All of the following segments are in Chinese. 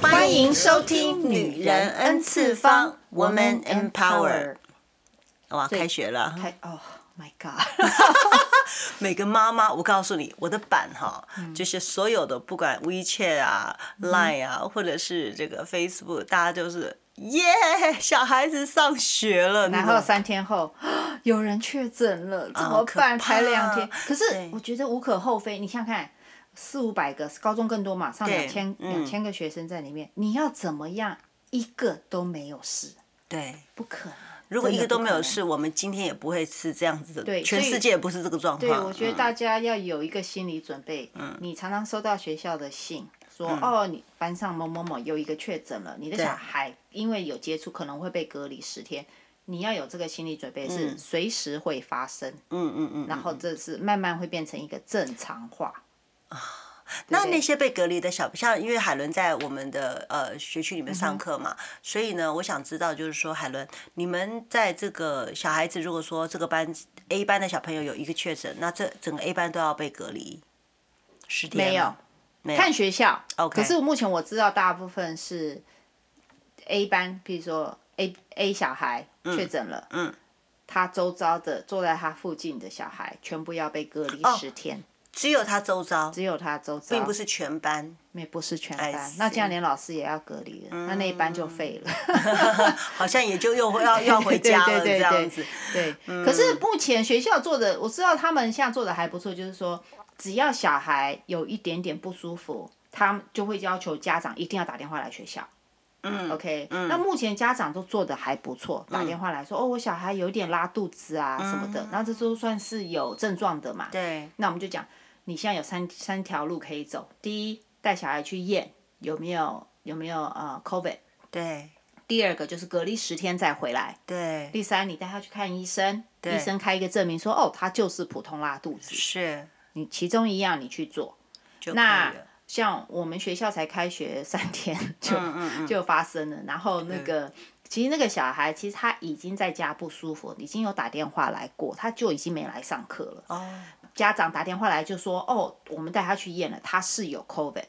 欢迎收听《女人 N 次方》，Woman Empower。哇，对开学了！开哦、m y God！ 每个妈妈，我告诉你，我的版哈，就是所有的，不管 WeChat 啊、Line 啊，或者是这个 Facebook，大家就是耶，小孩子上学了， 然那后种三天后 有人确诊了，怎啊么办？可怕才两天，可是对我觉得无可厚非。你想想看，四五百个高中更多嘛，上对两千嗯两千个学生在里面，你要怎么样一个都没有事？对。不可能。如果一个真的都不没可能有事，我们今天也不会是这样子的，对全所以世界也不是这个状对，况。我觉得嗯大家要有一个心理准备。你常常收到学校的信，说、哦，你班上某某某有一个确诊了，你的嗯对小孩因为有接触，可能会被隔离十天。你要有这个心理准备，是嗯随时会发生，嗯嗯嗯。然后这是慢慢会变成一个正常化。那对那些被隔离的小，像因为海伦在我们的呃学区里嗯面上课嘛，所以呢，我想知道就是说，海伦，你们在这个小孩子，如果说这个班 A 班的小朋友有一个确诊，那这整个 A 班都要被隔离十天没有吗？，没有看学校。 OK 可是目前我知道大部分是 A 班，比如说 A A 小孩确诊了，嗯他周遭的坐在他附近的小孩全部要被隔离哦十天，只有他周遭，只有他周遭，并不是哎全班， 没不是全 I 班 see，那这样连老师也要隔离了，那那一班嗯就废了。 好像也就又会 要又要回家了这对对对对样子。对，嗯可是目前学校做的，我知道他们现在做的还不错，就是说，只要小孩有一点点不舒服，他们就会要求家长一定要打电话来学校。嗯，OK，那目前家长都做的还不错，嗯打电话来说，哦，我小孩有点拉肚子啊什么的，那这都算是有症状的嘛。对，那我们就讲，你现在有三三条路可以走，第一，带小孩去验有没有有没有呃 COVID，对，第二个就是隔离十天再回来。对，第三，你带他去看医生，对医生开一个证明说，哦，他就是普通拉肚子。是你其中一样你去做，就可以那了。像我们学校才开学三天就、嗯嗯嗯，就发生了，然后那个其实那个小孩其实他已经在家不舒服，已经有打电话来过，他就已经没来上课了。哦，家长打电话来就说，哦，我们带他去验了，他是有 COVID，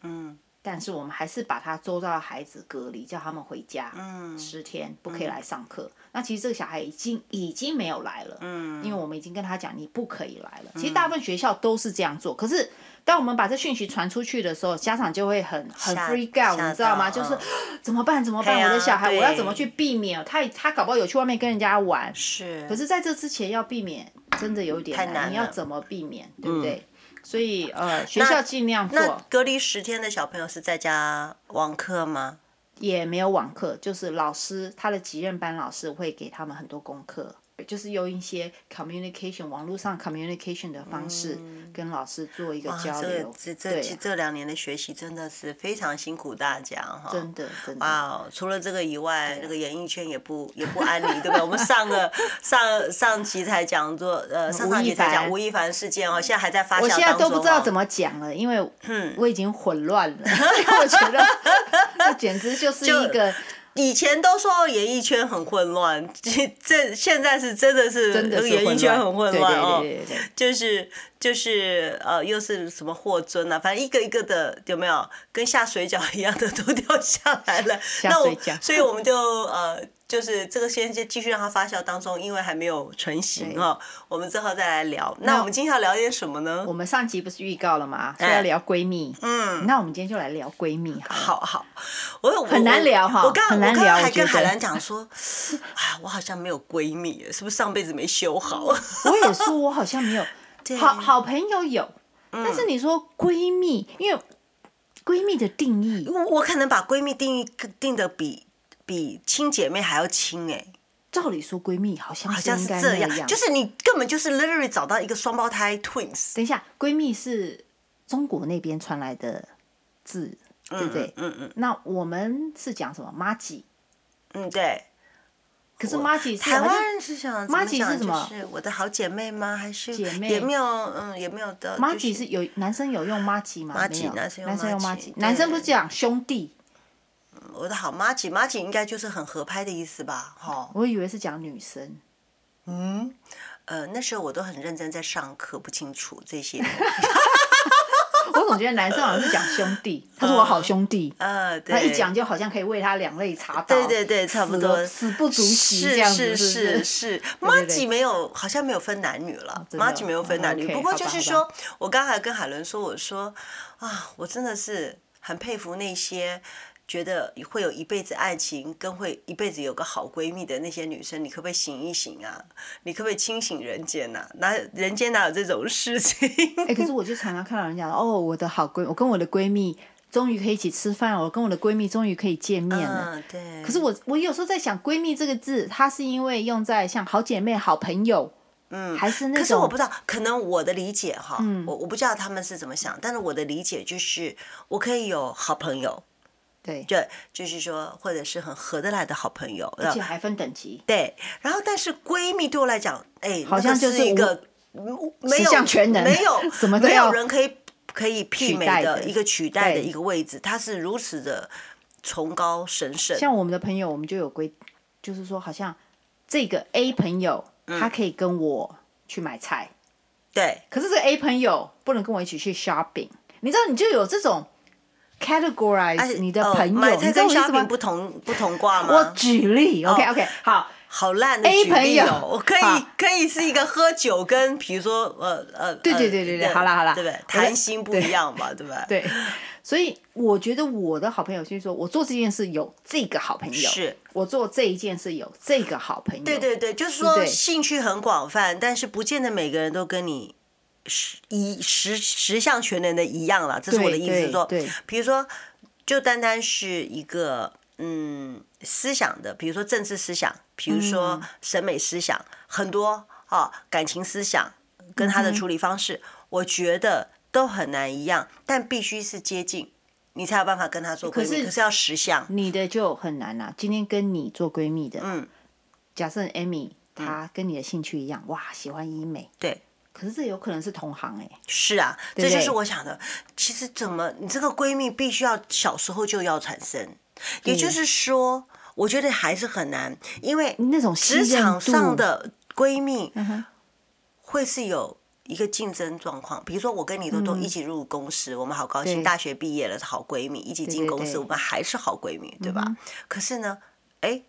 嗯但是我们还是把他周遭的孩子隔离，叫他们回家。嗯十天不可以来上课。那其实这个小孩已经已经没有来了，嗯，因为我们已经跟他讲你不可以来了。其实大部分学校都是这样做，可是当我们把这讯息传出去的时候，家长就会很很吓 freak out，吓你知道吗？到就是嗯 怎么办？怎么办？对啊我的小孩，对我要怎么去避免？他他搞不好有去外面跟人家玩，是。可是在这之前要避免，真的有点太难了嗯你要怎么避免？对不对？所以呃，学校尽量那做，隔离十天的小朋友是在家网课吗？也没有网课，就是老师他的级任班老师会给他们很多功课，就是用一些 communication 网络上 communication 的方式跟老师做一个啊，交这流个，嗯这这对这啊，这两年的学习真的是非常辛苦大家哈。真的啊真哇的，哦，除了这个以外，那个演艺圈也不也不安宁，对吧？我们上个上上期才讲做，呃，上上期才讲嗯吴吴亦凡事件哦，现在还在发酵我现在当都不中嗯知道哦怎么讲了，因为我已经混乱了， 因为我觉得 那简直就是一个以前都说演艺圈很混乱， 这这现在是真的是真的是演艺圈很混乱哦。对对对对对就是就是呃，又是什么霍尊啊，反正一个一个的有没有跟下水饺一样的 都掉下来了。那我水饺所以我们就呃，就是这个先继续让它发酵当中，因为还没有成型对哦，我们之后再来聊。那我们今天要聊点什么呢我？们上集不是预告了吗？说哎要聊闺蜜，嗯，那我们今天就来聊闺蜜好好了。 好，我有我很难聊哈我刚很难我刚聊刚还我觉跟得海兰讲 说，哎，我好像没有闺蜜耶，是不是上辈子没修 好？我也说，我好像没有对嗯好好朋友有，但是你说闺蜜，因为闺蜜的定义，我我可能把闺蜜定义定的比比亲姐妹还要亲哎、照理说闺蜜好像好是像是应该这那样，就是你根本就是 literally 找到一个双胞胎 twins，等一下，闺蜜是中国那边传来的字，对不对？嗯嗯那我们是讲什么妈吉？嗯，对。可是妈吉是台好像湾人是想怎妈么吉讲？是什么就是我的好姐妹吗？还是姐妹也没有嗯也没有的。妈就是吉是有男生有用妈吉吗？妈没吉有，男生用男生用妈妈吉吉，对男生不是讲兄弟，我的好妈吉，妈吉应该就是很合拍的意思吧？哈，我以为是讲女生。嗯， 呃，那时候我都很认真在上课，不清楚这些。我我总觉得男生好像是讲兄弟，他说我好兄弟，呃，对，他一讲就好像可以为他两肋插刀，对对对差不多死死不足惜这是样是子，是是不是？是，马对对哦吉没有，好像没有分男女了，真的马吉没有分男女。 OK，不过好吧就是好说，我刚才跟海伦说，我说啊，我真的是很佩服那些。觉得会有一辈子爱情，跟会一辈子有个好闺蜜的那些女生，你可不可以醒一醒啊？你可不可以清醒人间呐、啊？哪人间哪有这种事情？哎、可是我就常常看到人家哦，我的好闺，我跟我的闺蜜终于可以一起吃饭，我跟我的闺蜜终于可以见面了。嗯，对。可是我我有时候在想，闺蜜这个字，它是因为用在像好姐妹、好朋友，嗯，还是那种嗯可是我不知道，可能我的理解哈，我我不知道他们是怎么想，但是我的理解就是，我可以有好朋友，对，对，就是说，或者是很合得来的好朋友，而且还分等级，对。然后，但是闺蜜对我来讲，哎，好像那个就是是一无个嗯没十有项全能没有什么都没有要人可以可以媲取美代的的一个取代的对一个位置，它是如此的崇高神圣。像我们的朋友，我们就有规，就是说好像这个 A 朋友，嗯他可以跟我去买菜，对，可是这个 A 朋友不能跟我一起去 shopping，你知道你就有这种 categorize 你的哎哦朋友，买菜你知跟道我意思 shopping 吗？不同不同挂吗？哦我举例，OK OK，好，好烂的举 A 例朋哦友，我可以好可以是一个喝酒跟比如说呃呃，对对对对对好啦好啦对不对我？的谈心不一样嘛，对不对？对，所以我觉得我的好朋友就是说我做这件事有这个好朋友，是我做这一件事有这个好朋友，对对对，就是说对兴趣很广泛，但是不见得每个人都跟你十一十十项全能的一样了。这是我的意思，对是说对，比如说，就单单是一个嗯思想的，比如说政治思想，比如说嗯审美思想，很多啊感情思想跟他嗯的处理方式，我觉得都很难一样，但必须是接近，你才有办法跟他做闺蜜。可是可是要十项，你的就很难啦、今天跟你做闺蜜的，嗯，假设 Amy 她跟你的兴趣一样，哇，喜欢医美，对。可是这有可能是同行哎、是啊，对这不就对是我想的。其实怎么，你这个闺蜜必须要小时候就要产生，也就是说，我觉得还是很难，因为那种嗯信职任场上度的闺蜜嗯哼会是有。一个竞争状况，比如说我跟你都都一起入公司，我们好高兴，嗯对大学毕业了是好闺蜜，一起进对对公司，对嗯我们还是好闺蜜，对吧？可是呢，哎，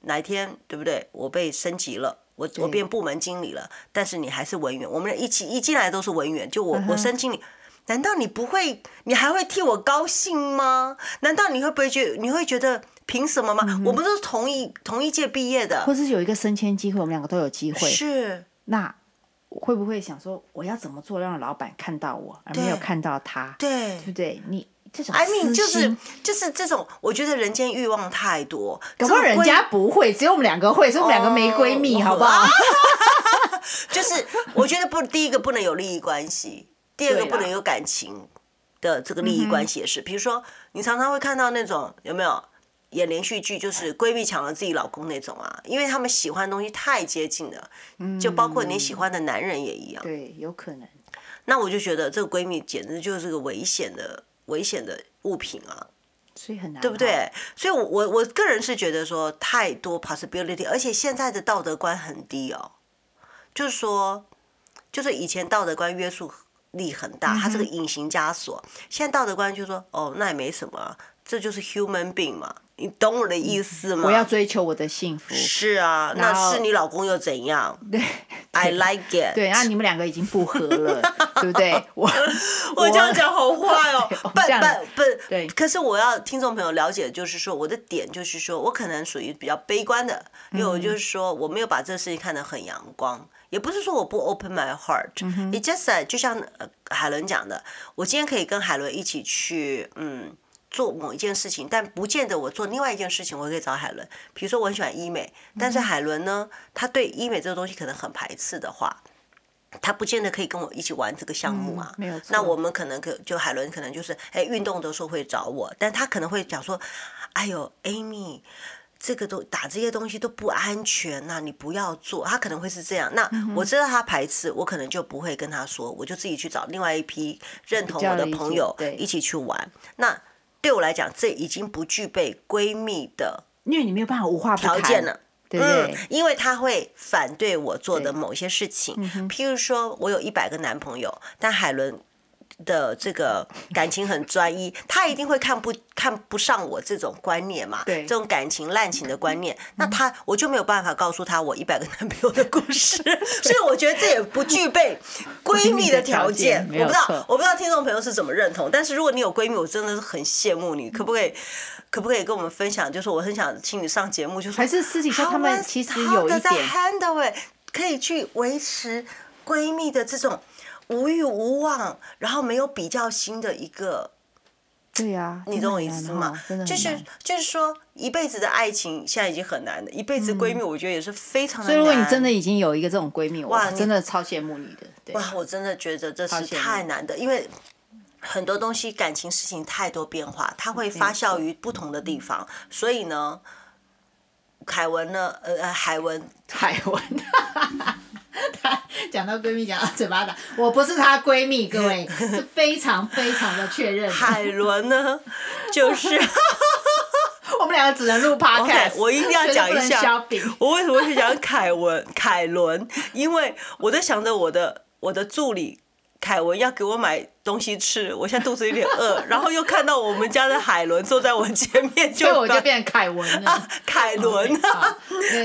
哪一天对不对？我被升级了，我我变部门经理了，但是你还是文员，我们一起一进来都是文员，就嗯我、我升经理。难道你不会，你还会替我高兴吗？难道你会不会觉你会觉得凭什么吗？嗯我们都是同一同一届毕业的，或是有一个升迁机会，我们两个都有机会，是那会不会想说我要怎么做让老板看到我，而没有对看到他，对对不对？你这种，I mean 私就是心就是这种，我觉得人间欲望太多，搞不好这种人闺家不会，只有我们两个会，所以我们两个没闺蜜，哦好不好？ 就是 我觉得不，第一个不能有利益关系，第二个对啦嗯不能有感情的这个利益关系也是。比如说，你常常会看到那种有没有演连续剧，就是闺蜜抢了自己老公那种啊，因为他们喜欢的东西太接近了，就包括你喜欢的男人也一样。对，有可能。那我就觉得这个闺蜜简直就是个危险的危险的物品啊。所以很难，哦对不？对？嗯所以我，我我个人是觉得说太多 possibility，而且现在的道德观很低哦，就是说，就是以前道德观约束力很大，它是嗯个隐形枷锁。现在道德观就说，哦，那也没什么啊，这就是 human being 嘛，你懂我的意思吗？我要追求我的幸福，是啊，那然后是你老公又怎样对？I like it。对，然后你们两个已经不合了，对不对？我 我这样讲好坏哦 对，我不这样不不，对可是我要听众朋友了解，就是说我的点就是说我可能属于比较悲观的，因为我就是说我没有把这个事情看得很阳光，也不是说我不 open my heart，it、just 嗯 that 就像呃海伦讲的，我今天可以跟海伦一起去嗯。做某一件事情，但不见得我做另外一件事情，我可以找海伦。比如说，我很喜欢医美，但是嗯海伦呢，她对医美这个东西可能很排斥的话，她不见得可以跟我一起玩这个项目啊。嗯没有错那我们可能可就海伦可能就是，哎，运动的时候会找我，但她可能会讲说，哎呦，Amy。这个都打这些东西都不安全呐、你不要做。她可能会是这样。那嗯我知道她排斥，我可能就不会跟她说，我就自己去找另外一批认同我的朋友比较理解对一起去玩。那对我来讲，这已经不具备闺蜜的因为你没有办法无话不条谈件了，。对不对？嗯，因为他会反对我做的对嗯某些事情，譬如说我有一百个男朋友，但海伦的这 个感情很专一，他一定会看不看不上我这种观念嘛，对嗯这种感情滥情的观念，那他我就没有办法告诉他我一百个男朋友的故 事，所以我觉得这也不具备闺蜜的条件。没我有不知错道我不知道听众朋友是怎么认同，但是如果你有闺蜜，我真的是很羡慕你，可不可以？可不可以跟我们分享？就是我很想请你上节目，就是还是私底下他们其实有一在点 handle 哎，可以去维持闺蜜的这种无欲无望，然后没有比较心的一个，对呀、你真的懂我很意难思哈吗真的？很就是难就是说，一辈子的爱情现在已经很难了，一辈子闺蜜我觉得也是非常的嗯所难。以如果你真的已经有一个这种闺蜜，哇，你真的超羡慕你的。对，哇，我真的觉得这是羡慕太难的，因为。很多东西，感情事情太多变化，它会发酵于不同的地方，所以呢，凯文呢，呃，呃海文 海文，她讲到闺蜜讲到嘴巴打，我不是她闺蜜，各 位是非常非常的确认的。海伦呢，就是 我们两个只能 录 podcast，我一定要讲一绝对不能下削饼我为什么会讲凯文、 凯伦？因为我在想着我的我的助理凯文要给我买东西吃，我现在肚子有点 饿，然后又看到我们家的海伦坐在我前面就所以我就烦变哦成凯文了。 凯伦啊。好，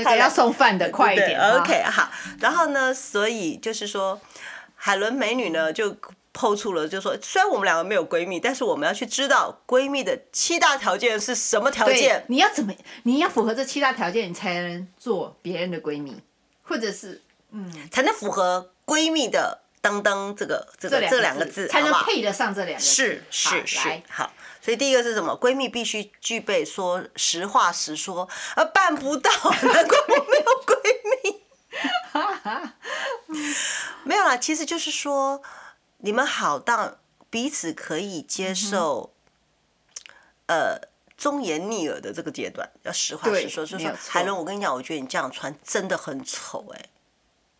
那个要送饭的，快一点。对哈 OK，好。然后呢，所以就是说，海伦美女呢就抛出了，就说虽然我们两个没有闺蜜，但是我们要去知道闺蜜的七大条件是什么条对件，。你要怎么？你要符合这七大条件，你才能做别人的闺蜜，或者是才能符合闺蜜的当当这个这个这两个字，才能好不好配得上这两个字。是好是是来，好。所以第一个是什么？闺蜜必须具备说实话实说，而办不到，难怪我没有闺 蜜。没有啦，其实就是说，你们好到彼此可以接嗯受，呃，忠言逆耳的这个阶段，要实话对实说。就是没说有错海伦，我跟你讲，我觉得你这样穿真的很丑、哎，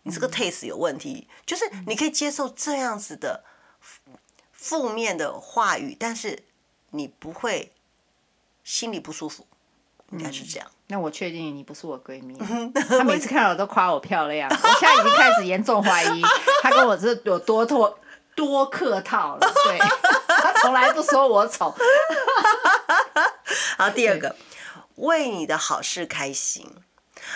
你嗯这个 taste 有问题。就是你可以接受这样子的负面的话语，但是你不会心里不舒服，应该是嗯这样。那我确定你不是我闺蜜，啊嗯 她每次看到我都夸我漂亮，啊我现在已经开始严重怀疑她跟我是有多脱多客套了。对， 她从来不说我丑，然后第二个，为你的好事开心。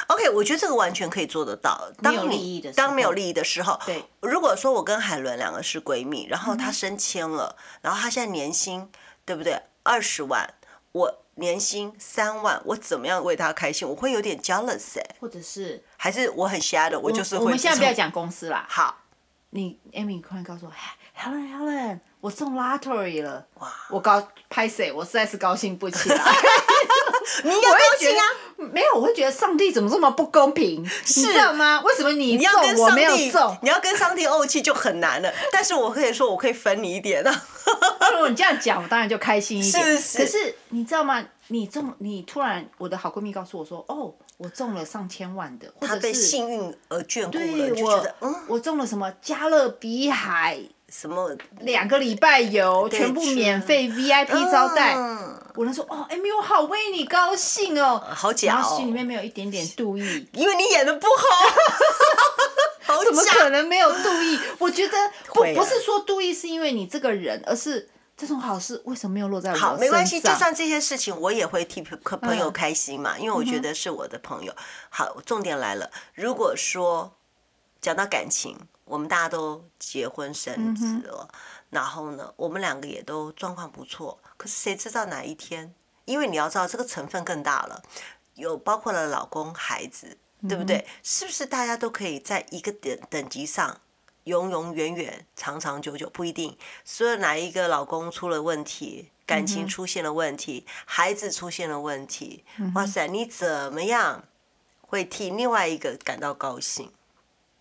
OK，我觉得这个完全可以做得到。当没有你利益的时当没有候利益的时候，对，如果说我跟海伦两个是闺蜜，然后她升迁了，然后她现在年薪对不对二十万，我年薪三万，我怎么样为她开心？我会有点 jealous 哎、或者是还是我很 shadow，我就是会我们现在不要这种讲公司啦，好。你 Amy 突然告诉我哎，Helen Helen，我中 lottery 了，哇我高拍谁？我实在是高兴不 起来。你要我会高兴觉得啊！没有，我会觉得上帝怎么这么不公平？你知道吗？为什么你你要跟中我上没有帝中，？你要跟上帝怄气就很难了。但是我可以说，我可以分你一点啊。 如果你这样讲，我当然就开心一点。是是可是你知道吗？你中，你突然我的好闺蜜告诉我说：“哦，我中了上千万的，或他被者是幸运而眷顾了，对就觉我得嗯，我中了什么加勒比海什么两个礼拜游，对全部是免费 VIP 招待。嗯我能说哦，Amy，我好为你高兴哦，好假然后哦心里，面没有一点点妒 意。”因为你演的不好， 好怎么假。可能没有妒意？我觉得不会啊不是说妒意是因为你这个人，而是这种好事为什么没有落在我身上？好，没关系，就算这些事情，我也会替朋朋友嗯开心嘛，因为我觉得是我的朋友。好，重点来了，如果说讲到感情，我们大家都结婚生子嗯了，然后呢，我们两个也都状况不错，可是谁知道哪一天？因为你要知道，这个成分更大了，有包括了老公、孩子，对不对？嗯是不是大家都可以在一个等等级上永永远远、长长久久，不一定。所以哪一个老公出了问题，感嗯情出现了问题，孩子出现了问题，嗯哇塞，你怎么样会替另外一个感到高兴？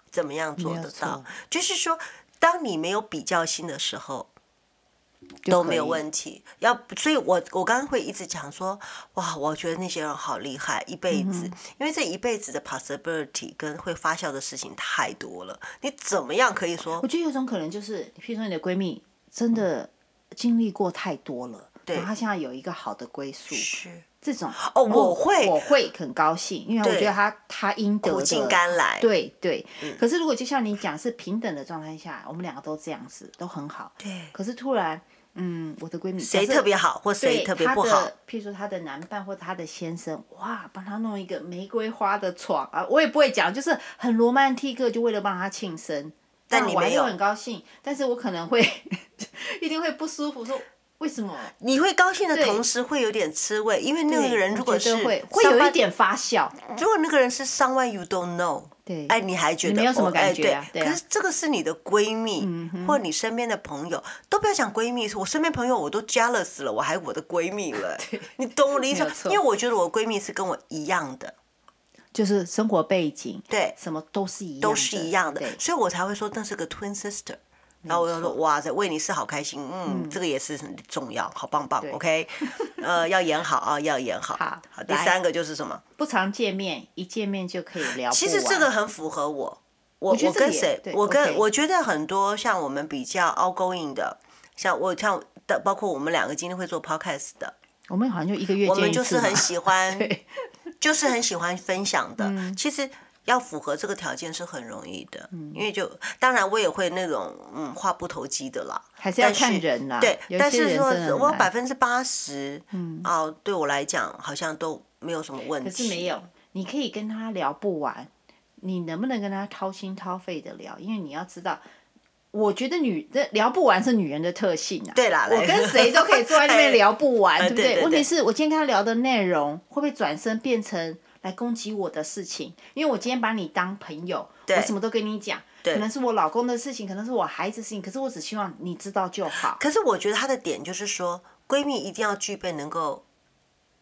怎么样做没有得到错？就是说，当你没有比较心的时候，就都可没有以。问题。要不所以我，我刚刚会一直讲说，哇，我觉得那些人好厉害，一辈嗯子，因为这一辈子的 possibility 跟会发酵的事情太多了，你怎么样可以说我觉得有种可能就是，譬如说你的闺蜜真的经历过太多了，对然后他现在有一个好的归宿，是这种哦，我会我会很高兴，因为我对觉得他他应得苦尽的。甘来，嗯对对，可是如果就像你讲是平等的状态下，我们两个都这样子，都很好。对，可是突然，嗯，我的闺蜜谁特别好或对谁特别她不好的，譬如说她的男伴或者她的先生，哇，帮她弄一个玫瑰花的床啊，我也不会讲，就是很罗曼蒂克，就为了帮她庆生。但那你我还没是有很高兴，但是我可能会 一定会不舒服，说为什么？你会高兴的对同时会有点吃味，因为那个对人我如果觉是得会会有一，点发笑，如果那个人是 someone you don't know，对，哎，你还觉得你没有什么哦哎感觉啊对，对啊嗯可是这个是你的闺蜜、或你身边的朋友，都不要讲闺蜜，我身边朋友我都 jealous 了，我还我的闺蜜 了，你懂我的意思没吗有？错因为我觉得我闺蜜是跟我一样的，就是生活背景，对什么都是一样的，都是一样的对，所以我才会说那是个 twin sister。然后我就说哇塞，为你是好开心，嗯，这个也是很重要，好棒棒对，OK，呃，要演好啊， 要演好。好第来三个就是什么？不常见面，一见面就可以聊不完。其实这个很符合我，我哦我觉得我这个跟也谁对，我跟 OK 我觉得很多像我们比较 outgoing 的，像我像的，包括我们两个今天会做 podcast 的，我们好像就一个月我见们一就是次嘛很喜欢， 对就是很喜欢分享的。嗯其实要符合这个条件是很容易的，因为就当然我也会那种嗯话不投机的啦，还是要但看人啦。对，啊有一但些是人说真的很我难嗯百分之八十，啊，对我来讲好像都没有什么问可题，是没有，你可以跟他聊不完，你能不能跟他掏心掏肺的聊？因为你要知道，我觉得女这聊不完是女人的特性啊。对啦我来跟谁都可以坐在那 哎边聊不完，哎对不对对问对题是我今天跟他聊的内容会不会转身变成来攻击我的事情？因为我今天把你当朋友，我什么都跟你讲，可能是我老公的事情，可能是我孩子的事情，可是我只希望你知道就好。可是我觉得她的点就是说，闺蜜一定要具备能够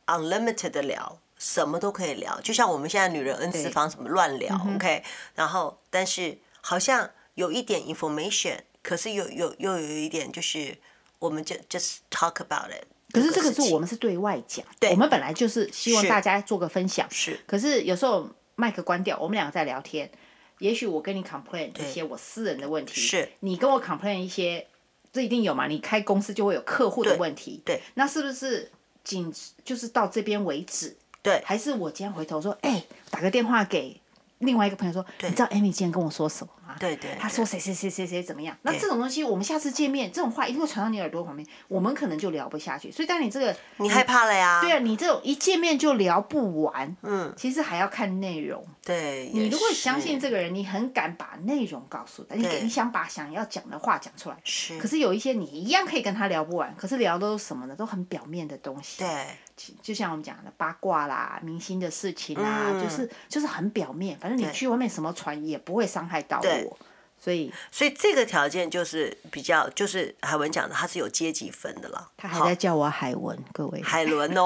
unlimited 的聊，什么都可以聊，就像我们现在女人 N 次方什么乱嗯聊，OK，然后但是好像有一点 information，可是有有又有一点就是我们就 just talk about it 可这是个事情。这个是我们是对外讲，对我们本来就是希望是大家做个分享。是可是有时候麦克关掉，我们两个在聊天，也许我跟你 complain 一些我私人的问题，是你跟我 complain 一些，这一定有嘛？你开公司就会有客户的问题，对那是不是仅就是到这边为止？对还是我今天回头说，哎、打个电话给另外一个朋友说，你知道 Amy 今天跟我说什么吗？对对他说谁谁谁谁谁怎么样？那这种东西，我们下次见面，这种话一定会传到你耳朵旁边，我们可能就聊不下去。所以，当你这个你害怕了呀？对啊，你这种一见面就聊不完，嗯，其实还要看内容。对，你也如果是相信这个人，你很敢把内容告诉他，你对嗯你想把想要讲的话讲出来。是可是有一些你一样可以跟他聊不完，可是聊都是什么呢？都很表面的东西。对就，就像我们讲的八卦啦、明星的事情啦，嗯就是就是很表面。反正你对去外面什么传也不会伤害到对我，所以所以这个条件就是比较，就是海文讲的，它是有阶级分的了。他好还在叫我海文，各位。海伦哦，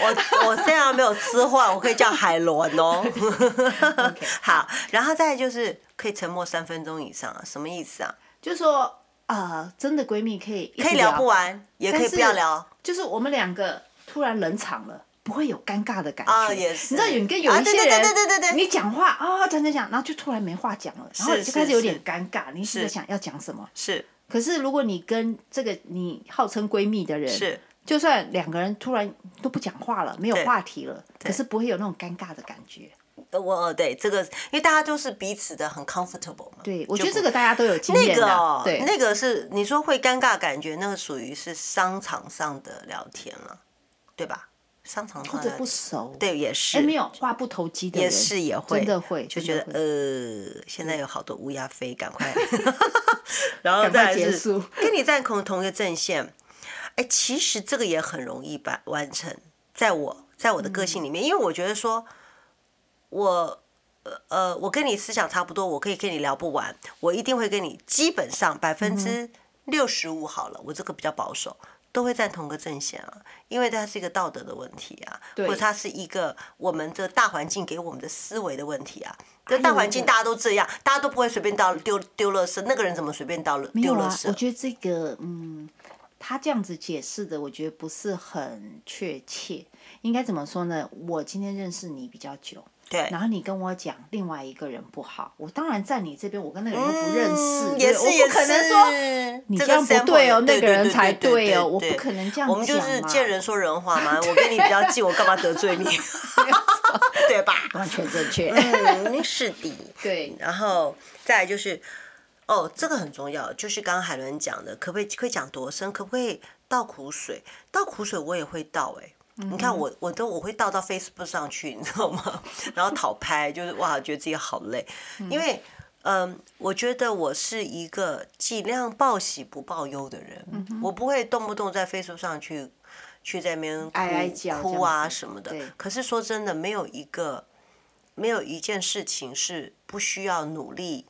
我我虽然没有吃坏，我可以叫海伦哦。 好，然后再来就是可以沉默三分钟以上啊，什么意思啊？就说呃，真的闺蜜可以一可以直聊不完，也可以但是不要聊。就是我们两个突然冷场了，不会有尴尬的感觉。啊也是你知道有你跟有一些人，啊对对对对对对你讲话啊、讲讲讲，然后就突然没话讲了，然后你是就开始有是点尴尬，你一直在是想要讲什么。是可是如果你跟这个你号称闺蜜的人，是，就算两个人突然都不讲话了，没有话题了，可是不会有那种尴尬的感觉。呃我呃对这个，因为大家都是彼此的很 comfortable 嘛。对，我觉哦就得这不个大家都有经那验个的、哦，对，那个是你说会尴尬感觉，那个属于是商场上的聊天了，对吧？商场上或的者聊不天熟，对也是哎，没有话不投机的人也是也会真的会就真觉的得会嗯呃，现在有好多乌鸦飞，赶 快， 然后赶再快来结是束。跟你在同同一个阵线。哎，其实这个也很容易办完成，在我在我的嗯个性里面，因为我觉得说，我呃呃，我跟你思想差不多，我可以跟你聊不完，我一定会跟你基本上百嗯分之六十五好了，我这个比较保守。都会在同个阵线啊，因为它是一个道德的问题啊，或对者它是一个我们这大环境给我们的思维的问题啊。这有大一环个境大家都这样，大家都不会随便倒丢丢垃圾，那个人怎么随便倒没丢有垃啊，圾？我觉得这个，嗯，他这样子解释的，我觉得不是很确切。应该怎么说呢？我今天认识你比较久，哎对，然后你跟我讲另外一个人不好，我当然站你这边，我跟那个人又不认识，嗯也是我不可能说也是你这这样不对哦， sample，那个人才对对哦，我对不可能这样讲嘛。我们就是见人说人话嘛，我跟你比较近，我干嘛得罪 你？ 对吧？完全正确，嗯，是的。对，然后再来就是，哦，这个很重要，就是刚刚海伦讲的，可不可以可以讲多深？可不可以倒苦水？倒苦水我也会倒哎、嗯你看我，我都我会倒到 Facebook 上去，你知道吗？ 然后讨拍，就是哇，觉得自己好累，因为嗯，我觉得我是一个尽量报喜不报忧的人，嗯我不会动不动在 Facebook 上去去在那边哭哀哀叫哭这样啊子什么的对。可是说真的，没有一个没有一件事情是不需要努力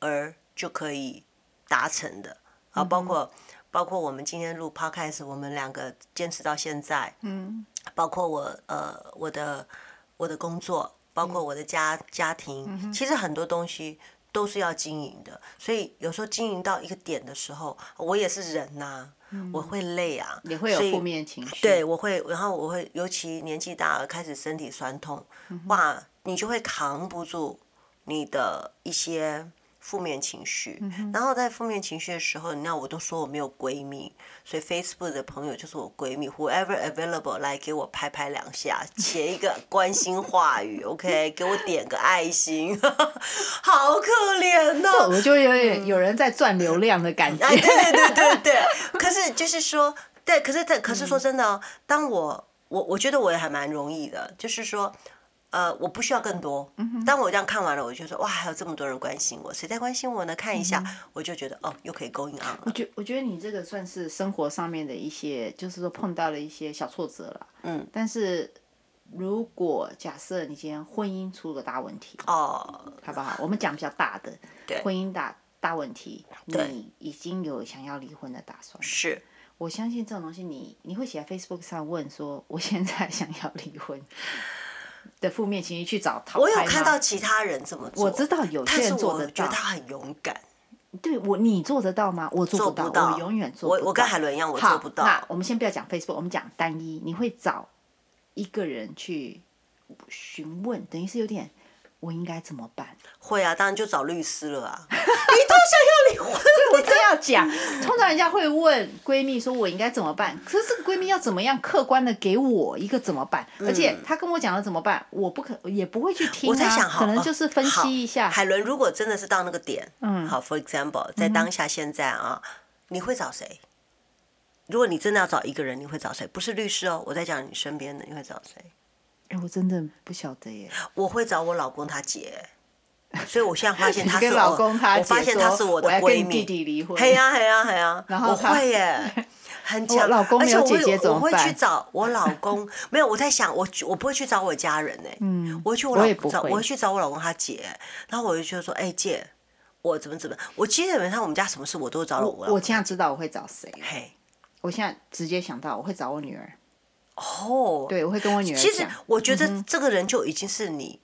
而就可以达成的嗯啊，包括。包括我们今天录 podcast，我们两个坚持到现在，嗯，包括我呃我的我的工作，包嗯括我的家、家庭，其实很多东西都是要经营的，所以有时候经营到一个点的时候，我也是人呐、我会累啊，嗯也会有所以负面情绪，对，，我会，然后我会，尤其年纪大了，开始身体酸痛，哇，你就会扛不住你的一些负面情绪。然后在负面情绪的时候，那我都说我没有闺蜜，所以 Facebook 的朋友就是我闺蜜，whoever available 来给我拍拍两下，写一个关心话语，OK，给我点个爱心， 好可怜哦。我就有点有人在赚流量的感 觉，哎，对对对对 对。可是就是说，对，可是但可是说嗯真的哦，当我我我觉得我也还蛮容易的，就是说。呃，我不需要更多。嗯当我这样看完了，我就说哇，还有这么多人关心我，谁在关心我呢？看一嗯下，我就觉得哦，又可以 going on 我了。觉我觉得你这个算是生活上面的一些，就是说碰到了一些小挫折了。嗯，但是如果假设你今天婚姻出了大问题，哦，好不好？我们讲比较大的， 对婚姻大大问题，对你已经有想要离婚的打算了。是我相信这种东西你，你会写在 Facebook 上问说，我现在 想要离婚的负面情绪去找讨我有拍吗看到，其他人这么做，啊我知道有但些是人做我得觉得到，他很勇敢，对我你做得到吗？我做做不到，到，我永远做不我到。我跟海伦一样，我好，做不到。那我们先不要讲 Facebook，我们讲单一，你会找一个人去询问，等于是有点我应该怎么办？会啊，当然就找律师了啊。我这要讲，通常人家会问闺蜜说我应该怎么办，可是这个闺蜜要怎么样客观的给我一个怎么办？而且她跟我讲了怎么办，我不可也不会去听、嗯啊，我在想，好哦可能就是分好析一下，海伦如果真的是到那个点，嗯好，for example，在当下现在啊，你会找谁？如果你真的要找一个人，你会找谁？不是律师哦，我在讲你身边的，你会找谁？哎、我真的不晓得耶。我会找我老公他姐，所以我现在发现他 你是跟我，老公我他姐说，发现他是我的要跟闺你弟蜜。弟离婚，嘿呀嘿呀嘿呀，然后我他会 耶，很强。我老公而没且有我会姐姐怎么我会办去找我老公， 没有我在想，我我不会去找我家人呢，嗯我会去我我老也不找会我会去找我老公他姐，然后我就觉得说，哎姐，我怎么怎么，我基本上我们家什么事我都找了我我老我公。现在知道我会找谁了，嘿，我现在直接想到我会找我女儿，哦，，对我会跟我女儿其实讲，嗯我觉得这个人就已经是你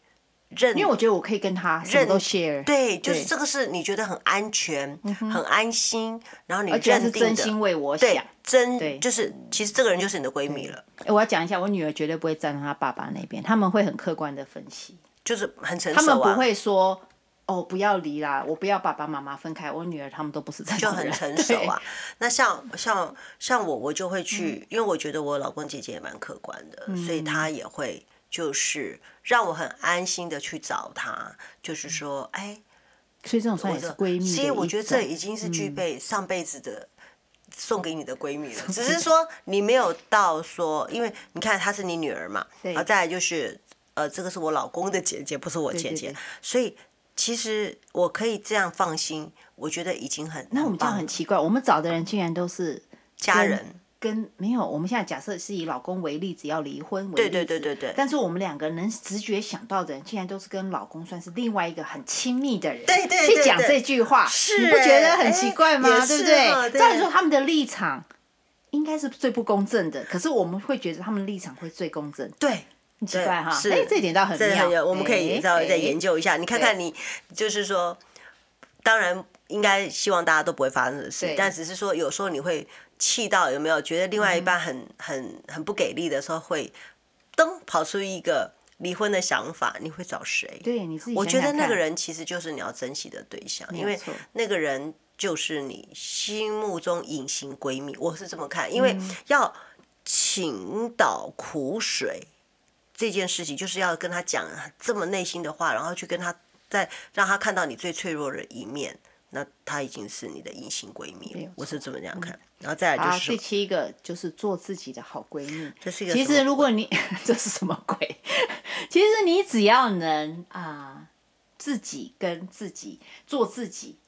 认因为我觉得我可以跟她什么都 share，对，就是对嗯这个是你觉得很安全、很安心，然后你而且她认是定真的心，为我想。对，真对就是其实这个人就是你的闺蜜了，诶我要讲一下，我女儿绝对不会站在她爸爸那边，他们会很客观的分析，就是很成他们熟不啊，会说哦不要离啦，我不要爸爸妈妈分开，我女儿他们都不是这就种很人，成熟对嗯啊。那像像像我，我就会去，因为我觉得我老公姐姐也蛮客观的，所以她也会就是让我很安心的去找她，就是说，哎，所以这种算也是闺蜜的一种。嗯所以我觉得这已经是具备上辈子的送给你的闺 蜜了，只是说你没有到说，因为你看她是你女儿嘛，对然后再来就是呃，这个是我老公的姐姐，不是我姐姐，对对对所以其实我可以这样放心，我觉得已经很那我们这样棒很了奇怪，我们找的人竟然都是家跟人跟没有，我们现在假设是以老公为例子，要离婚为例对对子对对对但是我们两个能直觉想到的人，竟然都是跟老公算是另外一个很亲密的人，对对对去讲对这句话，是你不觉得哎很奇怪吗？也对是不对？哈对照理说他们的立场应该是最不公正的，可是我们会觉得他们立场会最公正，对。很奇怪哈。是哎，这一点倒很这很妙，哎有，我们可以稍微再研究。究一下。你看看你，就是说，当然应该希望大家都不会发生的事对，但只是说有时候你会气到嗯有没有？觉得另外一半很很很不给力的时候，会噔跑出一个离婚的想法，你会找谁？哎对你自己我想觉得想那个看人其实就是你要珍惜的对象，因为错那个人就是你心目中隐形闺蜜，我是这么看，因为嗯要倾倒苦水这件事情，就是要跟他讲这么内心的话，然后去跟他再让他看到你最脆弱的一面。那他已经是你的隐形闺蜜没了有，我是这么这样看。然后再来啊，就是第七个就是做自己的好闺蜜。这是一个其什实么如果你 这是什么鬼？ 其实你只要能啊、自己跟自己做自己，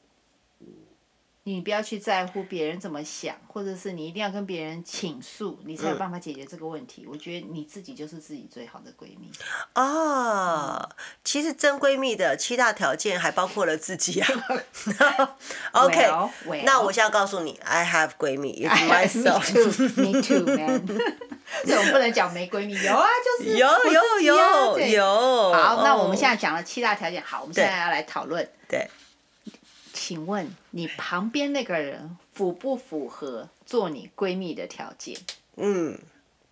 你不要去在乎别人怎么想，或者是你一定要跟别人倾诉，你才有办法解决这个问题。我觉得你自己就是自己最好的闺 蜜。哦，其实真闺蜜的七大条件还包括了自 己啊。OK，、 Well, well. 那 我现在告诉你，I have 闺蜜，it's 哦 Me myself。 too, me too, man 。 这种不能讲没闺蜜，有啊，就是 有我自己啊有有对有。好，那哦我们现在讲了七大条件，好，我们现在要来讨论。对，请问你旁边那个人符不符合做你闺蜜的条件？嗯，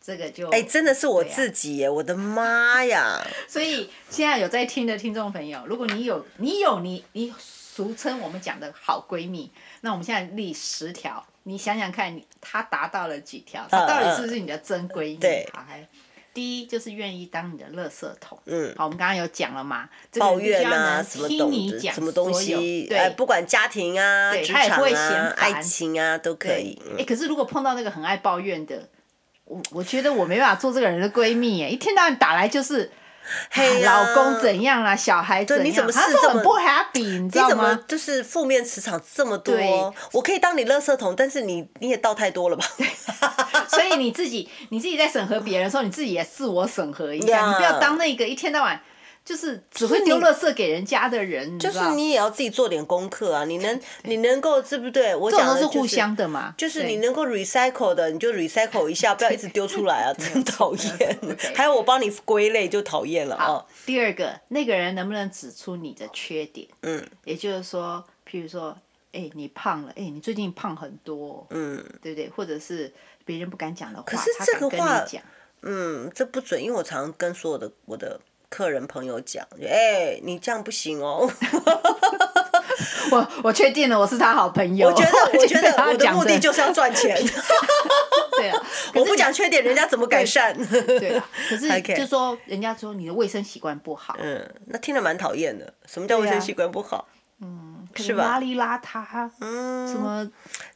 这个就哎、真的是我对啊自己耶，我的妈呀！所以现在有在听的听众朋友，如果你有你有你你俗称我们讲的好闺蜜，那我们现在立十条，你想想看，你她达到了几条？她到底是不是你的真闺蜜？嗯对好，还第一就是愿意当你的垃圾桶。嗯，好，我们刚刚有讲了嘛，这个人抱怨必须要啊，能什么听你东讲什么东所有西，对，哎，不管家庭啊、对职他也不场会啊嫌、烦爱情啊，都可以。哎、诶可是如果碰到那个很爱抱怨的，我我觉得我没办法做这个人的闺蜜哎，一天到晚打来就是。啊嘿呀老公怎样啦、小孩怎样，对你怎么是他就这么很不 happy，你知你道怎么吗？就是负面磁场这么多对？我可以当你垃圾桶，但是你你也倒太多了吧？啊所以你自己你自己在审核别人的时候，你自己也自我审核一下呀你不要当那个一天到晚就是只会丢垃圾给人家的人，你就知是道？你也要自己做点功课啊，你能你能够对不对？我这种讲都的是就互相的嘛，就是对你能够 recycle 的，你就 recycle 一下，不要一直丢出 来啊，真讨厌没有错。还有我帮你归类就讨厌了啊好。，哦第二个，那个人能不能指出你的缺点？嗯，也就是说，譬如说，哎、你胖了，哎、你最近胖很多哦、嗯对不对？或者是别人不敢讲的话，可是他这敢个跟话你讲，嗯，这不准，因为我常跟所有的我的客人朋友讲，哎、你这样不行 哦。我我确定了，我是他好朋友。我 觉得，我觉得他我的讲目的就是要赚 钱，对 了，我不讲缺点，人家怎么改善？ 对了。可是 OK 就说人家说你的卫生习惯不好， 嗯，那听了蛮讨厌的。什么叫对卫生啊习惯不好？可是能吧邋里邋遢，什嗯，么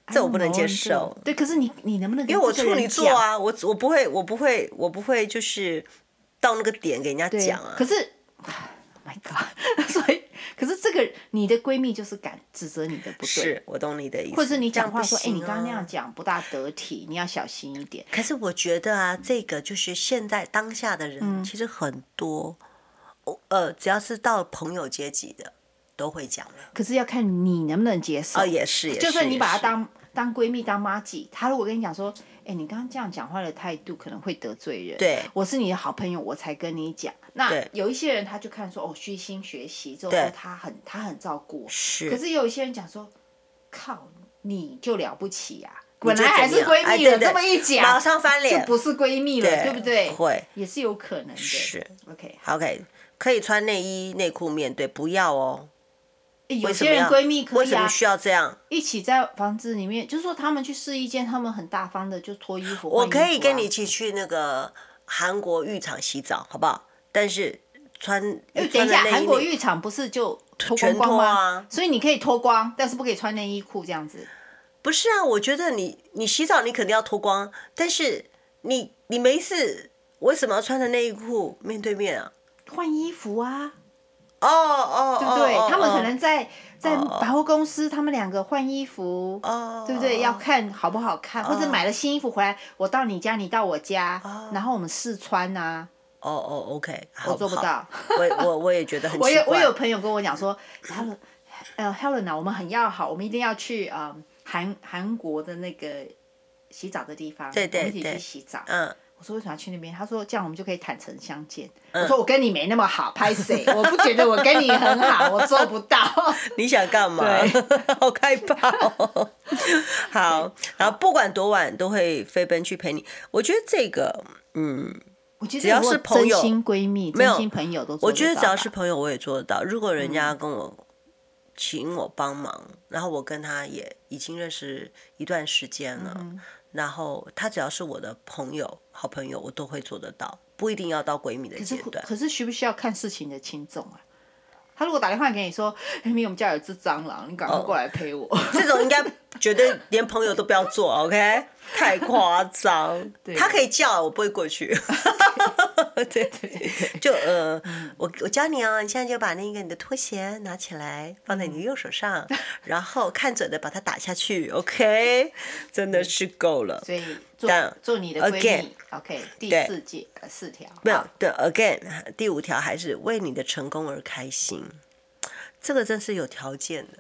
这我不能 I don't know，接你这种受对，可是你你能不能因因为我处女座啊，我我不会，我不会，我不会，就是到那个点给人家对讲啊可。是，Oh，My God，所 以可是这个你的闺蜜就是敢指责你的不对，是我懂你的意思，或者是你这样讲话不说，哎、行你刚刚那啊样讲不大得体，你要小心一点。可是我觉得啊，这个就是现在当下的嗯人，其实很多，我呃，只要是到朋友阶级的，都会讲的。可是要看你能不能接受。哦，也是，也是，就算你把她也是当当闺蜜当妈姐，她如果跟你讲说，哎、你刚刚这样讲话的态度可能会得罪人，对我是你的好朋友，我才跟你讲。那对有一些人他就看说，哦，虚心学习之后对，他很他很照顾我，是，可是也有一些人讲说，靠，你就了不起呀、你本就来还怎是样哎闺蜜了，对对这么一马讲上翻就脸，不是闺蜜了，对不对？会也是有可能的。是 OK， OK，可以穿内衣内裤面对，不要哦。诶有为什些么人要闺蜜可为以什啊么，需要这样？一起在房子里面，就是说他们去试衣间，他们很大方的就脱衣服。我换衣服可以跟啊你一起去那个韩国浴场洗澡，好不好？但是穿哎，等穿一的下，内衣韩国内浴场不是就脱光全光脱吗？啊所以你可以脱光，但是不可以穿内衣裤这样子。不是啊，我觉得你你洗澡你肯定要脱光，但是你你没事，为什么要穿着内衣裤面对面啊？换衣服啊，哦哦，对不对？哦他们可哦能在在百货公司，他们两个换衣服，哦，对不对？哦嗯要看好不好看，或者买了新衣服回来，我到你家，你到我家，然后我们试穿呐、哦哦，OK，我好做不好到。我我我也觉得很奇 我有我怪有朋友跟我讲说，Helen，呃，Helen 啊，我们很要好，我们一定要去啊、嗯韩韩国的那个洗澡的地方，对对我们一起对去洗澡。嗯，我说为什么要去那边？他说这样我们就可以坦诚相见。嗯我说我跟你没那么好，拍谁？我不觉得我跟你很好，我做不到。你想干嘛？ 好害怕哦。 好，然后不管多晚都会飞奔去陪你。我觉得这个，嗯，我其实只要如果是朋友真心闺蜜、真心朋友都做我觉得到只要吧嗯是朋友，我也做得到。如果人家跟我请我帮忙，然后我跟他也已经认识一段时间了，嗯然后他只要是我的朋友、好朋友，我都会做得到，不一定要到闺蜜的可是阶会段。可是需不需要看事情的轻重啊？他如果打电话给你说：“哎，明我们家有只蟑螂，你赶快哦过来陪 我。这种应该绝对连朋友都不要做，OK？太夸张。他可以叫，我不会过去。对对，就呃，我我教你啊，你现在就把那个你的拖鞋拿起来，放在你的右手上，然后看准的把它打下去，OK？真的是够了。所以做但做你的闺蜜 again， ，OK，第对四季呃四条，没有好，对，again，第五条还是为你的成功而开心，这个真是有条件的。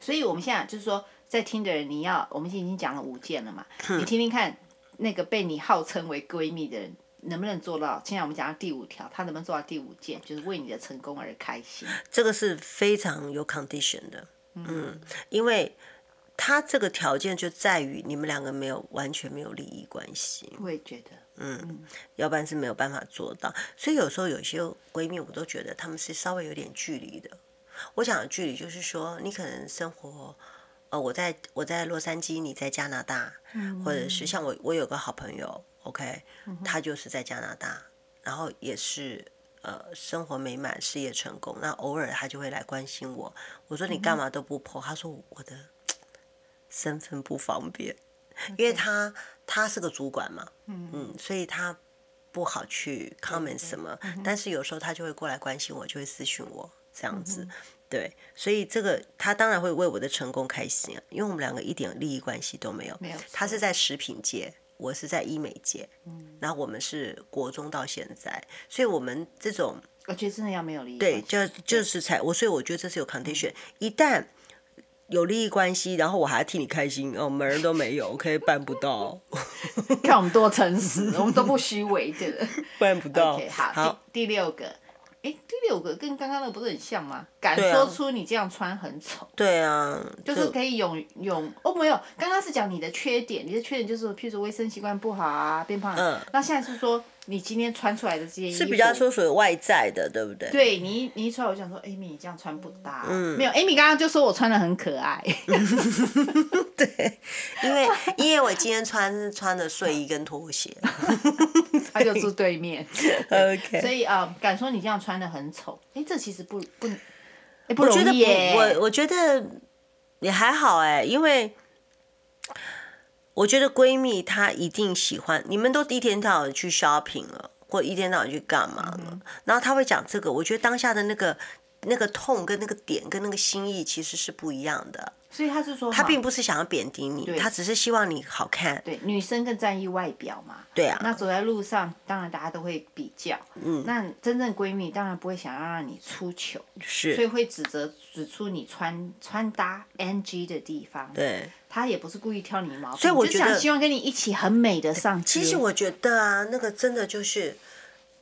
所以我们现在就是说，在听的人，你要我们现在已经讲了五件了嘛，你听听看，那个被你号称为闺蜜的人能不能做到？现在我们讲到第五条，他能不能做到第五件，就是为你的成功而开心？这个是非常有 condition 的，嗯，因为他这个条件就在于你们两个没有完全没有利益关系，我也觉得，要不然是没有办法做到。所以有时候有些闺蜜，我都觉得她们是稍微有点距离的。我讲的距离就是说，你可能生活，呃，我在我在洛杉矶，你在加拿大，嗯或者是像我，我有个好朋友，OK，他就是在加拿大，然后也是呃生活美满，事业成功。那偶尔他就会来关心我，我说你干嘛都不剖？他说我的身份不方便，因为他他是个主管嘛，嗯，所以他不好去 comment 什么，嗯但是有时候他就会过来关心我，就会私讯我这嗯样子。对，所以这个他当然会为我的成功开心啊，因为我们两个一点利益关系都没有。没有他错嗯是在食品界，我是在医美界，然后我们是国中到现在，所以我们这种我觉得真的要没有利益对，关系，嗯就就是才我，所以我觉得这是有 condition，一旦有利益关系，然后我还要替你开心，哦，门儿都没有，OK，办不到， 看我们多诚实，我们都不虚伪 的。办不到 OK，。好，啊好，第第六个，哎，第六个跟刚刚那个不是很像吗？敢对啊说出你这样穿很丑，对啊，就是可以勇勇哦，没有，刚刚是讲你的缺点，你的缺点就是譬如说卫生习惯不好啊，变胖。嗯。那现在是说你今天穿出来的这件衣服是比较说属于外在的，对不对？对你一你一出来，我想说，Amy 你这样穿不搭。嗯。没有，Amy 刚刚就说我穿的很可 爱。对，因 为因为我今天穿是穿的睡衣跟拖鞋他就住 对面。 ，OK，所以啊、呃敢说你这样穿的很丑，哎、这其实不不，哎不我容觉得易耶。不，我我觉得也还好哎、因为我觉得闺蜜她一定喜欢，你们都一天到晚去 shopping 了，或一天到晚去干嘛嗯了，然后她会讲这个，我觉得当下的那个。那个痛跟那个点跟那个心意其实是不一样的，所以他是说她哈并不是想要贬低你，她只是希望你好看。对女生更在意外表嘛。对啊，那走在路上，当然大家都会比较。嗯，那真正闺蜜当然不会想要让你出糗，所以是，会指责指出你穿穿搭 NG 的地方。对。她也不是故意挑你毛病，所以我就觉想得希望跟你一起很美的上街。其实我觉得啊，那个真的就是，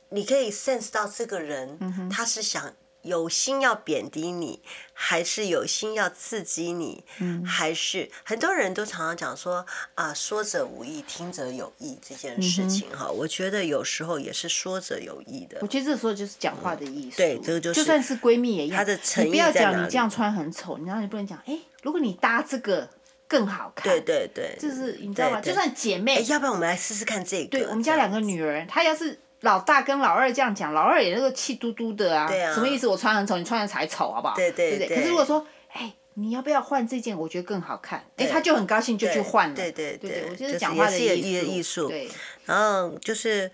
你可以 sense 到这个人，嗯他是想有心要贬低你，还是有心要刺激你，嗯还是很多人都常常讲说啊，说者无意，听者有意这件事情嗯哈、我觉得有时候也是说者有意的我。觉得这时候就是讲话的艺术、对这个就是算是闺蜜也一样。她的诚意你不要在哪讲里你这样穿很丑，然后你不能讲，哎、如果你搭这个更好看。对对对，就是你知道吗？对对就算姐哎，妹，要不然我们来试试看这个。对我们家两个女儿，她要是老大跟老二这样讲，老二也那个气嘟嘟的啊，对啊什么意思？我穿很丑，你穿的才丑，好不好？对对对不对可是如果说，哎，你要不要换这件？我觉得更好看，哎，对她就很高兴，就去对换了。对对对对我就觉得是讲也话是的一个艺术，艺术对，然后嗯就是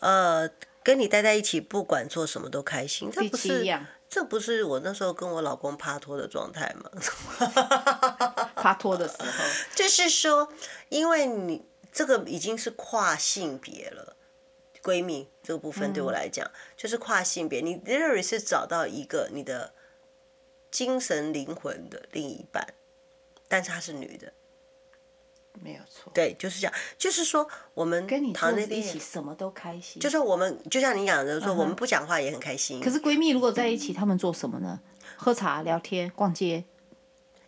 呃，跟你待在一起，不管做什么都开心，这第不七是样这不是我那时候跟我老公帕托的状态吗？ 他脱的时候，就是说，因为你这个已经是跨性别了，闺蜜这个部分嗯对我来讲、就是跨性别，你 literally 是找到一个你的精神灵魂的另一半，但是她是女的，没有错。对，就是这样，就是说我们跟你坐躺在在一一起，起。什么都开心。，就是是我们，就像你讲的嗯说，我们不讲话也很开心。可是闺蜜如果在一起，她们做什么呢？喝茶、聊天、逛街，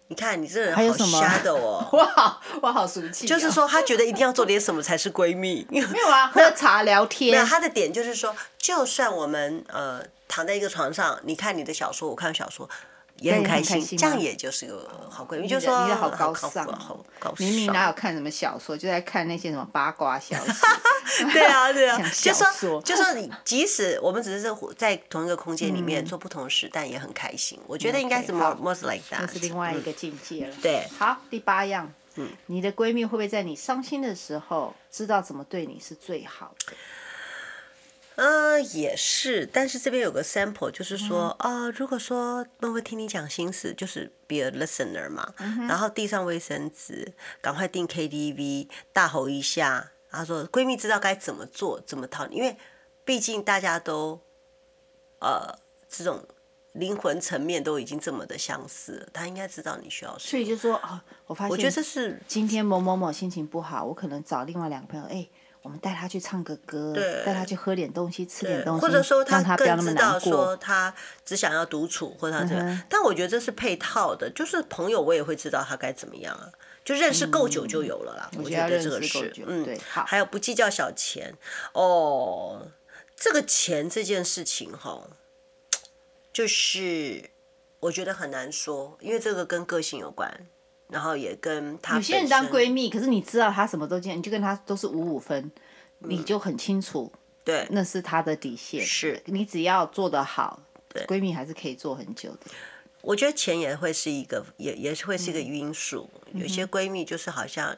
你看你这人还有好什么瞎的哦。 我好我好俗气哦、就是说，她觉得一定要做点什么才是闺蜜。没有啊，喝茶聊没有，天，他的点就是说，就算我们呃躺在一个床上，你看你的小说，我看小说，也很对开很开心，嗯心这样吗也就是个好闺蜜。你就的说你的好高高尚哦好高尚。明明哪有看什么小说，就在看那些什么八卦 消息。对啊， 对啊，就想小说说就说你，即使我们只是在同一个空间里面做不同的事，但也很开心。我觉得应该是 OK，好 more more like 那 that。是另外一个境界了。对嗯嗯好，第八样，你的闺蜜会不会在你伤心的时候知道怎么对你是最好的？呃，也是，但是这边有个 sample，就是说，啊，如果说默默听你讲心事，就是 be a listener 嘛，然后递上卫生纸，赶快订 KTV，大吼一下，然后说闺蜜知道该怎么做，怎么讨，因为毕竟大家都，呃，这种灵魂层面都已经这么的相似了，她应该知道你需要什所以么。就说哦，我发现我觉得这是今天某某某心情不好，我可能找另外两个朋友，哎、我们带她去唱个歌，对带她去喝点东西，吃点东西，或者说让她不要更那么知道难说过。他只想要独处，或者他怎么样。嗯哼但我觉得这是配套的，就是朋友我也会知道他该怎么样啊，就认识够久就有了啦。我嗯我觉觉得要这个认识够是久，嗯对，好还有不计较小钱哦，这个钱这件事情哈，就是我觉得很难说，因为这个跟个性有关，然后也跟他有些人本当身闺蜜，可是你知道她什么都见，你就跟她都是五五分，嗯你就很清楚对那是她的底线。是你只要做得好，闺蜜还是可以做很久的。我觉得钱也会是一个，也也是会是一个嗯因素。有些闺蜜就是好像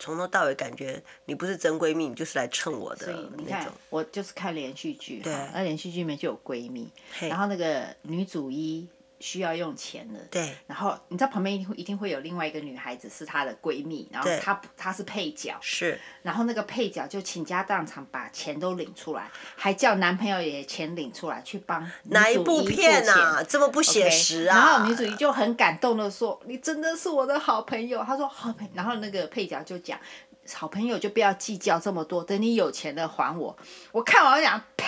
从头到尾感觉你不是真闺蜜，你就是来蹭我所以的你那看种。，我就是看连续剧，对哈那连续剧里面就有闺蜜，然后那个女主一需要用钱了，对然后你知道旁边一定会一定会有另外一个女孩子是她的闺蜜，然后对她不她是配角，是，然后那个配角就倾家荡产把钱都领出来，还叫男朋友也钱领出来去帮哪一女主部一付片钱啊？这么不写 OK，实啊！然后女主一就很感动的说：“你真的是我的好朋友。”她说：“好朋友。”然后那个配角就讲：“好朋友就不要计较这么多，等你有钱了还我。”我看完我讲：“呸，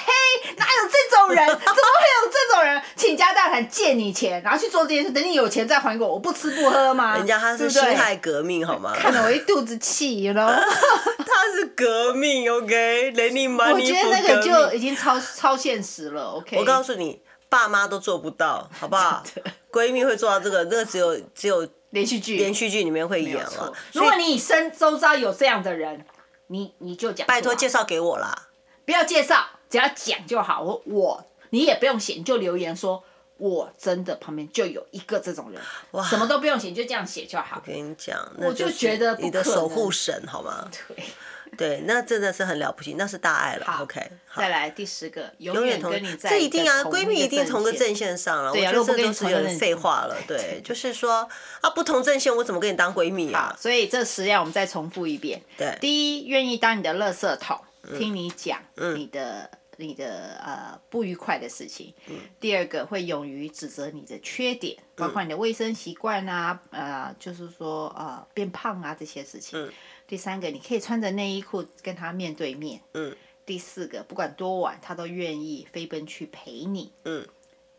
哪有这种 人？怎么会有这种人倾家荡产借你钱，然后去做这件事？等你有钱再还给我，我不吃不喝吗？”人家他是对辛不对亥革命好吗？看了我一肚子气，you know，他是革命，OK，雷 利曼我尼觉夫得那革个就命。已经超超现实了。OK，？我告诉你，爸妈都做不到，好不好真的闺蜜会做到这个，那个只有只有连续剧连续剧里面会没有演错了。。如果你身周遭有这样的人，你你就讲出来，拜托介绍给我啦。不要介绍，只要讲就好。我我你也不用写，你就留言说。我真的旁边就有一个这种人，什么都不用写，你就这样写就好。我跟你讲，我那就是觉得不你的可守能护神好吗？对，对，那真的是很了不起，那是大爱了。好 OK，好再，来第十个，永永远远同跟你在这一定啊，个闺蜜一定同个阵阵线上了。我对啊觉如得果这不跟都你是同有个点阵废话了。 对，就是说啊，不同阵线我怎么跟你当闺蜜好，啊？所以这十样我们再重复一遍。对嗯第一，愿意当你的垃圾桶，听你讲你的、你的呃不愉快的事情。嗯第二个，会勇于指责你的缺点，包括你的卫生习惯啊，呃，就是说呃变胖啊这些事情。嗯第三个，你可以穿着内衣裤跟他面对面。嗯第四个，不管多晚，他都愿意飞奔去陪你。嗯。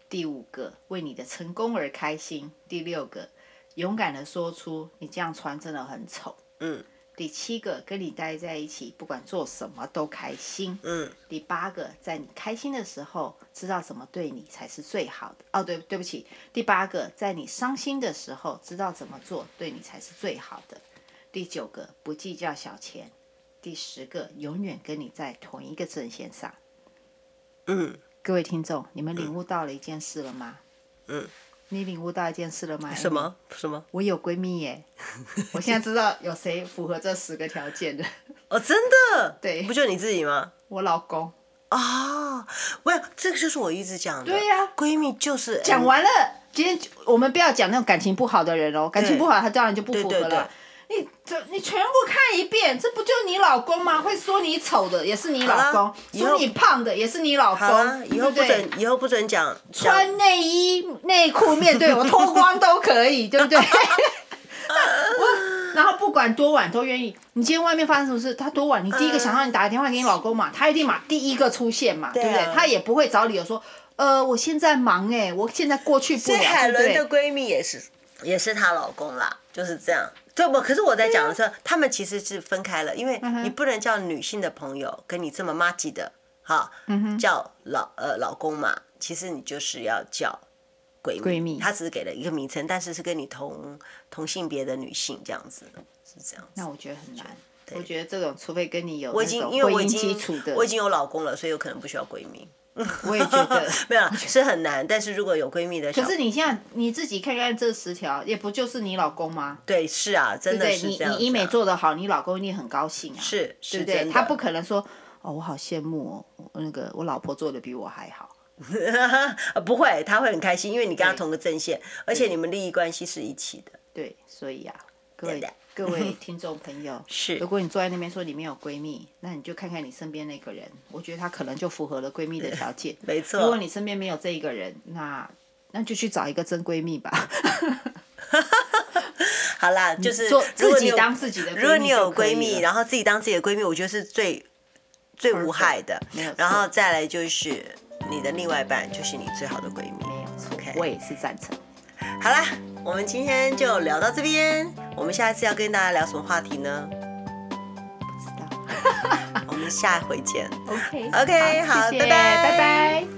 第五个，为你的成功而开心。第六个，勇敢的说出你这样穿真的很丑。嗯第七个，跟你待在一起，不管做什么都开心。嗯，第八个，在你开心的时候，知道怎么对你才是最好的。哦，对，对不起，第八个，在你伤心的时候，知道怎么做对你才是最好的。第九个，不计较小钱。第十个，永远跟你在同一个阵线上。嗯，各位听众，你们领悟到了一件事了吗？嗯，你领悟到一件事了吗？哎什？么什么？我有闺蜜 耶，我现在知道有谁符合这十个条 件的。哦，真的？对不就你自己吗？我老公啊，不是，这个就是我一直讲的。对呀闺蜜就是哎讲完了，今天就我们不要讲那种感情不好的人哦，感情不好他当然就不符合嗯对对对了。你这你全部看一遍，这不就你老公吗？会说你丑的也是你老好公啦，以后说你胖的也是你老好了，公，以后不对对准，以后不准讲讲穿内衣内裤面对我，脱光都可以，对 不对？我然后不管多晚都愿意。你今天外面发生什么事，他多晚，你第一个想到你打个电话给你老公嘛，他一定嘛第一个出现嘛，嗯对啊不对？他也不会找理由说，呃，我现在忙哎、我现在过去不所以海了，对不伦的对？闺蜜也是也是她老公啦，就是这样。对不？可是我在讲的嗯时候，他们其实是分开了，因为你不能叫女性的朋友跟你这么妈鸡的哈，嗯叫老呃老公嘛，其实你就是要叫闺闺蜜她只是给了一个名称，但是是跟你同同性别的女性这样子，是这样子。那我觉得很难。我觉得这种，除非跟你有我我已经因为我已基经础的，我已经有老公了，所以有可能不需要闺 蜜。我也觉 得。没有啦是很难，但是如果有闺蜜的小，可是你现在你自己看看这十条，也不就是你老公吗？对是啊，真的对是你这样、啊。你医美做得好，你老公一定很高兴啊，是是对不对？真的他不可能说哦，我好羡慕哦，我那个我老婆做的比我还好。 呃不会，她会很开心，因为你跟她对同个阵线，而且你们利益关系是一起的。对，所以啊，各位对的各位听众 朋友，是如果你坐在那边说你没有闺蜜，那你就看看你身边那个人，我觉得他可能就符合了闺蜜的条件。没错如果你身边没有这一个人，那那就去找一个真闺蜜吧，好啦，就是 做如自果你己有当自己的闺蜜就可以了。如果你有闺蜜，然后自己当自己的闺蜜，我觉得是最最无害的没有。错然后再来就是你的另外一半，就是你最好的闺蜜。没有错 OK 我也是赞成。好啦，我们今天就聊到这边，我们下一次要跟大家聊什么话题呢？不知道。我们下回见。 OK OK，好 谢谢拜拜拜拜。